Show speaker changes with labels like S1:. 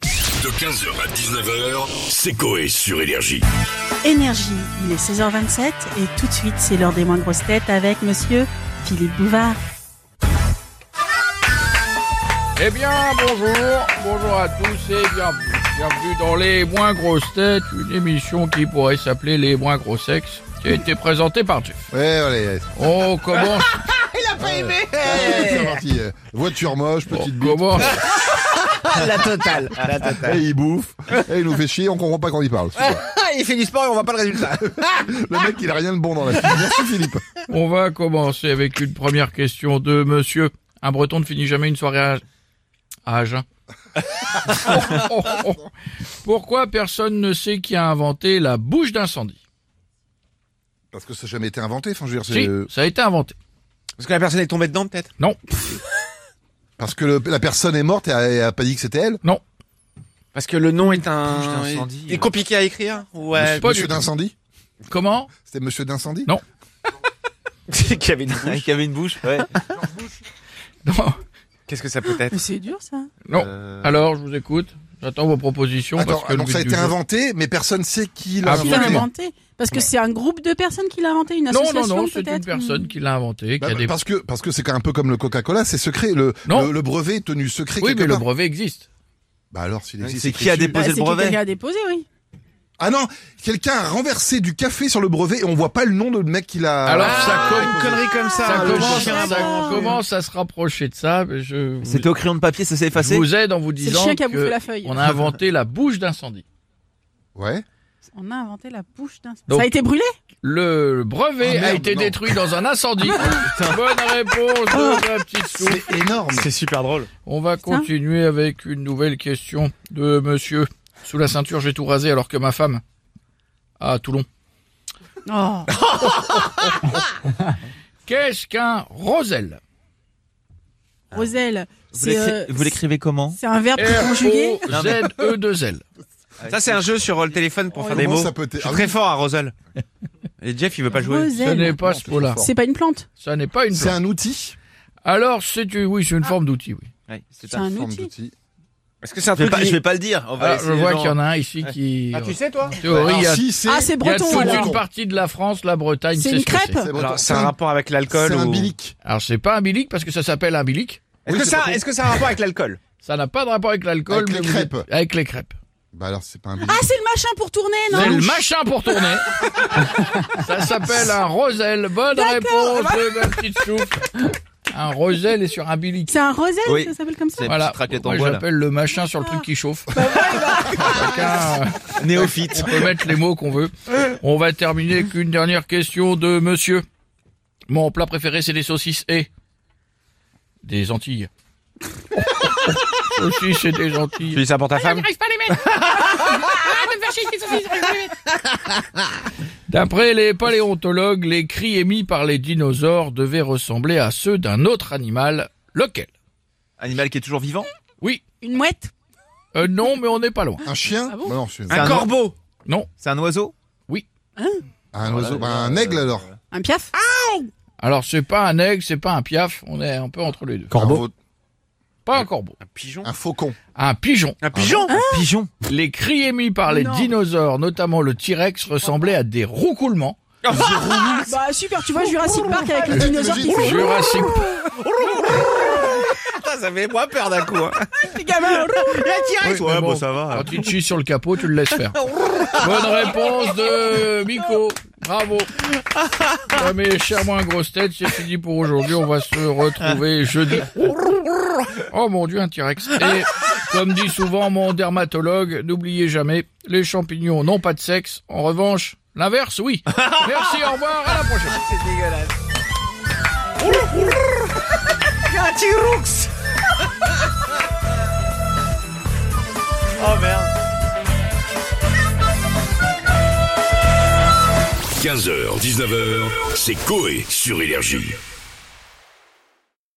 S1: De 15h à 19h, c'est Coé sur Énergie.
S2: Énergie, il est 16h27 et tout de suite c'est l'heure des moins grosses têtes avec monsieur Philippe Bouvard.
S3: Eh bien, bonjour, bonjour à tous et bienvenue. Bienvenue dans Les Moins Grosses Têtes, une émission qui pourrait s'appeler Les Moins Gros Sexes, qui a été présentée par Jeff.
S4: Ouais, allez,
S3: On commence,
S4: allez, c'est parti. euh, Voiture moche,
S3: on
S4: petite bite,
S3: commence,
S5: La totale. La
S4: et
S5: totale.
S4: il bouffe, et il nous fait chier, on comprend pas quand il parle. Super.
S5: Ah, il fait du sport et on voit pas le résultat.
S4: Le mec, il a rien de bon dans la vie. Merci Philippe.
S3: on va commencer avec une première question de monsieur. Un breton ne finit jamais une soirée à, à Agen. Pourquoi personne ne sait qui a inventé la bouche d'incendie
S4: Parce que ça n'a jamais été inventé, enfin je veux dire, c'est...
S3: Si,
S4: euh,
S3: ça a été inventé.
S5: Parce que la personne est tombée dedans, peut-être.
S3: Non,
S4: Parce que le- la personne est morte et a, et a pas dit que c'était elle.
S3: non,
S5: Parce que le nom est un.
S6: Bouche d'incendie,
S5: est
S6: ouais.
S5: compliqué à écrire. Ouais.
S3: Pas
S4: Monsieur
S3: du tout.
S4: d'incendie
S3: comment
S4: C'était monsieur d'incendie
S3: Non.
S5: Qui avait une bouche.
S6: Hein, Qui avait une bouche, ouais.
S3: Non,
S5: Qu'est-ce que ça peut être
S2: Mais c'est dur ça.
S3: non.
S6: Euh,
S3: Alors, je vous écoute. J'attends vos propositions.
S4: Attends,
S3: parce que
S4: ah,
S3: le
S4: donc
S3: but
S4: ça a
S3: du
S4: été
S3: jeu-
S4: inventé, mais personne sait qui l'a
S3: Ah,
S2: Qui l'a
S4: inventé.
S2: inventé Parce que c'est un groupe de personnes qui l'a inventé, une
S3: Non,
S2: association
S3: non, non, c'est
S2: peut-être Mmh.
S3: une personne qui l'a inventé. Qui
S4: Bah,
S3: a des...
S4: Parce que parce que c'est quand même un peu comme le Coca-Cola, c'est secret. Le,
S3: Non.
S4: le, le brevet est tenu secret
S3: Oui,
S4: quelque
S3: mais le
S4: part.
S3: brevet existe.
S4: Bah alors, s'il existe.
S6: C'est
S4: écrit
S6: qui a
S4: dessus.
S2: Bah,
S6: déposé
S2: c'est
S6: le brevet
S2: quelqu'un a déposé, oui.
S4: Ah non, quelqu'un a renversé du café sur le brevet et on voit pas le nom de le mec qui l'a.
S3: Alors, ça
S5: Ah,
S3: commence.
S5: une connerie comme ça.
S3: Ça
S5: le
S3: commence,
S5: chien
S3: ça
S5: avant.
S3: commence à se rapprocher de ça. mais Je vous,
S6: C'était au crayon de papier, ça s'est
S3: je
S6: effacé
S3: vous aide en vous
S2: C'est le
S3: disant
S2: chien qui a bouffé
S3: que
S2: la feuille.
S3: on a inventé la bouche d'incendie.
S4: Ouais.
S2: On a inventé la bouche d'un.
S3: Donc-
S2: Ça a été brûlé
S3: Le brevet
S4: Ah, merde,
S3: a été
S4: non. Ah,
S3: détruit dans un incendie. Bonne réponse de la petite soupe.
S4: C'est énorme.
S5: C'est super drôle.
S3: On va
S2: Putain.
S3: continuer avec une nouvelle question de monsieur. Sous la ceinture, j'ai tout rasé alors que ma femme à Toulon.
S2: Oh,
S3: Qu'est-ce qu'un rosel
S2: Roselle.
S6: Vous
S2: C'est
S6: l'écri-
S2: euh,
S6: vous l'écrivez comment
S2: c'est un verbe conjugué.
S3: R-O-Z-E-2-L.
S5: Ça, c'est un jeu sur euh, le téléphone pour faire
S4: Comment
S5: des mots.
S4: ça peut être-
S5: Je suis
S4: Ah
S5: très
S4: oui.
S5: fort à Rosel. Et Jeff, il veut pas jouer.
S3: Ce n'est
S2: Roselle.
S3: pas
S4: Non,
S3: ce
S4: c'est
S3: mot-là.
S4: trop fort.
S2: C'est pas une plante,
S3: Ça n'est pas une
S4: C'est
S3: plante.
S4: un outil.
S3: Alors, c'est une... oui, c'est une forme d'outil, oui.
S6: Ouais, c'est
S2: c'est
S6: un-
S2: un
S4: Forme
S2: outil.
S4: d'outil.
S5: Est-ce que c'est un
S6: je vais,
S5: truc.
S6: pas,
S5: qui-
S6: je vais pas le dire. On va
S3: Alors, je
S6: essayer
S3: vois
S6: dans-
S3: qu'il y en a un ici qui...
S5: Ah, tu sais, toi
S3: En théorie, il y a,
S4: si, c'est
S2: Ah, c'est
S3: il y a
S2: breton
S3: toute
S2: alors.
S3: une partie de la France, la Bretagne,
S2: C'est
S3: c'est
S2: une
S3: ce que
S2: crêpe
S3: c'est.
S4: c'est breton.
S5: Alors, c'est un rapport avec l'alcool
S4: C'est un
S5: ou.
S4: bilic.
S3: Alors, c'est pas un bilic parce que ça s'appelle un bilic.
S5: Est-ce
S4: Oui,
S5: que
S4: c'est
S5: ça,
S4: pas faux.
S5: est-ce que ça a un rapport avec l'alcool
S3: Ça n'a pas de rapport avec l'alcool.
S4: Avec
S3: mais
S4: les
S3: vous êtes-
S4: crêpes.
S3: Avec les crêpes.
S4: Bah alors c'est pas un bilic.
S2: Ah, c'est le machin pour tourner,
S3: C'est
S2: non
S3: le machin pour tourner. ça s'appelle un rosel. Bonne réponse de ma petite soupe. Un rosel est sur un bilic.
S2: C'est un roselle,
S6: Oui.
S2: ça s'appelle comme ça
S6: C'est-
S3: Voilà.
S6: petite raclette en
S3: Moi,
S6: bois, là.
S3: j'appelle le machin sur le
S2: Ah.
S3: truc qui chauffe.
S2: Bah,
S3: Chacun, euh,
S6: Néophyte.
S3: On peut mettre les mots qu'on veut. On va terminer avec une dernière question de monsieur. Mon plat préféré, c'est les saucisses et des Antilles. saucisses et des
S5: Tu
S3: Antilles.
S5: dis ça pour ta femme
S3: D'après les paléontologues, les cris émis par les dinosaures devaient ressembler à ceux d'un autre animal. Lequel
S6: Animal qui est toujours vivant
S3: Oui.
S2: Une mouette
S3: Euh, non, mais on n'est pas loin.
S4: Un chien
S2: Ah bon
S4: Bah non, c'est
S6: C'est
S5: Un
S6: un
S5: corbeau
S3: Non.
S6: C'est un oiseau
S4: un oiseau. Bah, un
S5: Euh,
S4: aigle alors.
S2: Un piaf
S3: Alors, c'est pas un aigle, c'est pas un piaf. On est un peu entre les deux.
S4: Un, veau-
S3: Pas un corbeau.
S5: Un pigeon
S4: un faucon.
S3: Un pigeon.
S5: Un pigeon
S6: Pigeon.
S3: Les cris émis par les
S2: Non.
S3: dinosaures, notamment le T-Rex, ressemblaient à des roucoulements.
S2: Bah super, tu vois Jurassic Park avec les dinosaures qui font
S3: Jurassic
S5: Ah, Putain, ça fait moins peur d'un coup. Hein. Oh,
S2: les gamins.
S3: Park.
S6: ouais,
S3: mais
S6: bon, ça va. hein.
S3: Quand il te chie sur le capot, tu le laisses faire. Bonne réponse de Miko. Bravo. Ouais, mes chers moins grosses têtes, c'est fini pour aujourd'hui. On va se retrouver jeudi. Oh mon dieu, un T-Rex. Et comme dit souvent mon dermatologue, n'oubliez jamais, les champignons n'ont pas de sexe. En revanche, l'inverse, oui. Merci, au revoir, à la prochaine.
S5: C'est dégueulasse. Un T-Rex Oh merde
S1: 15h, 19h, c'est Coé sur Énergie.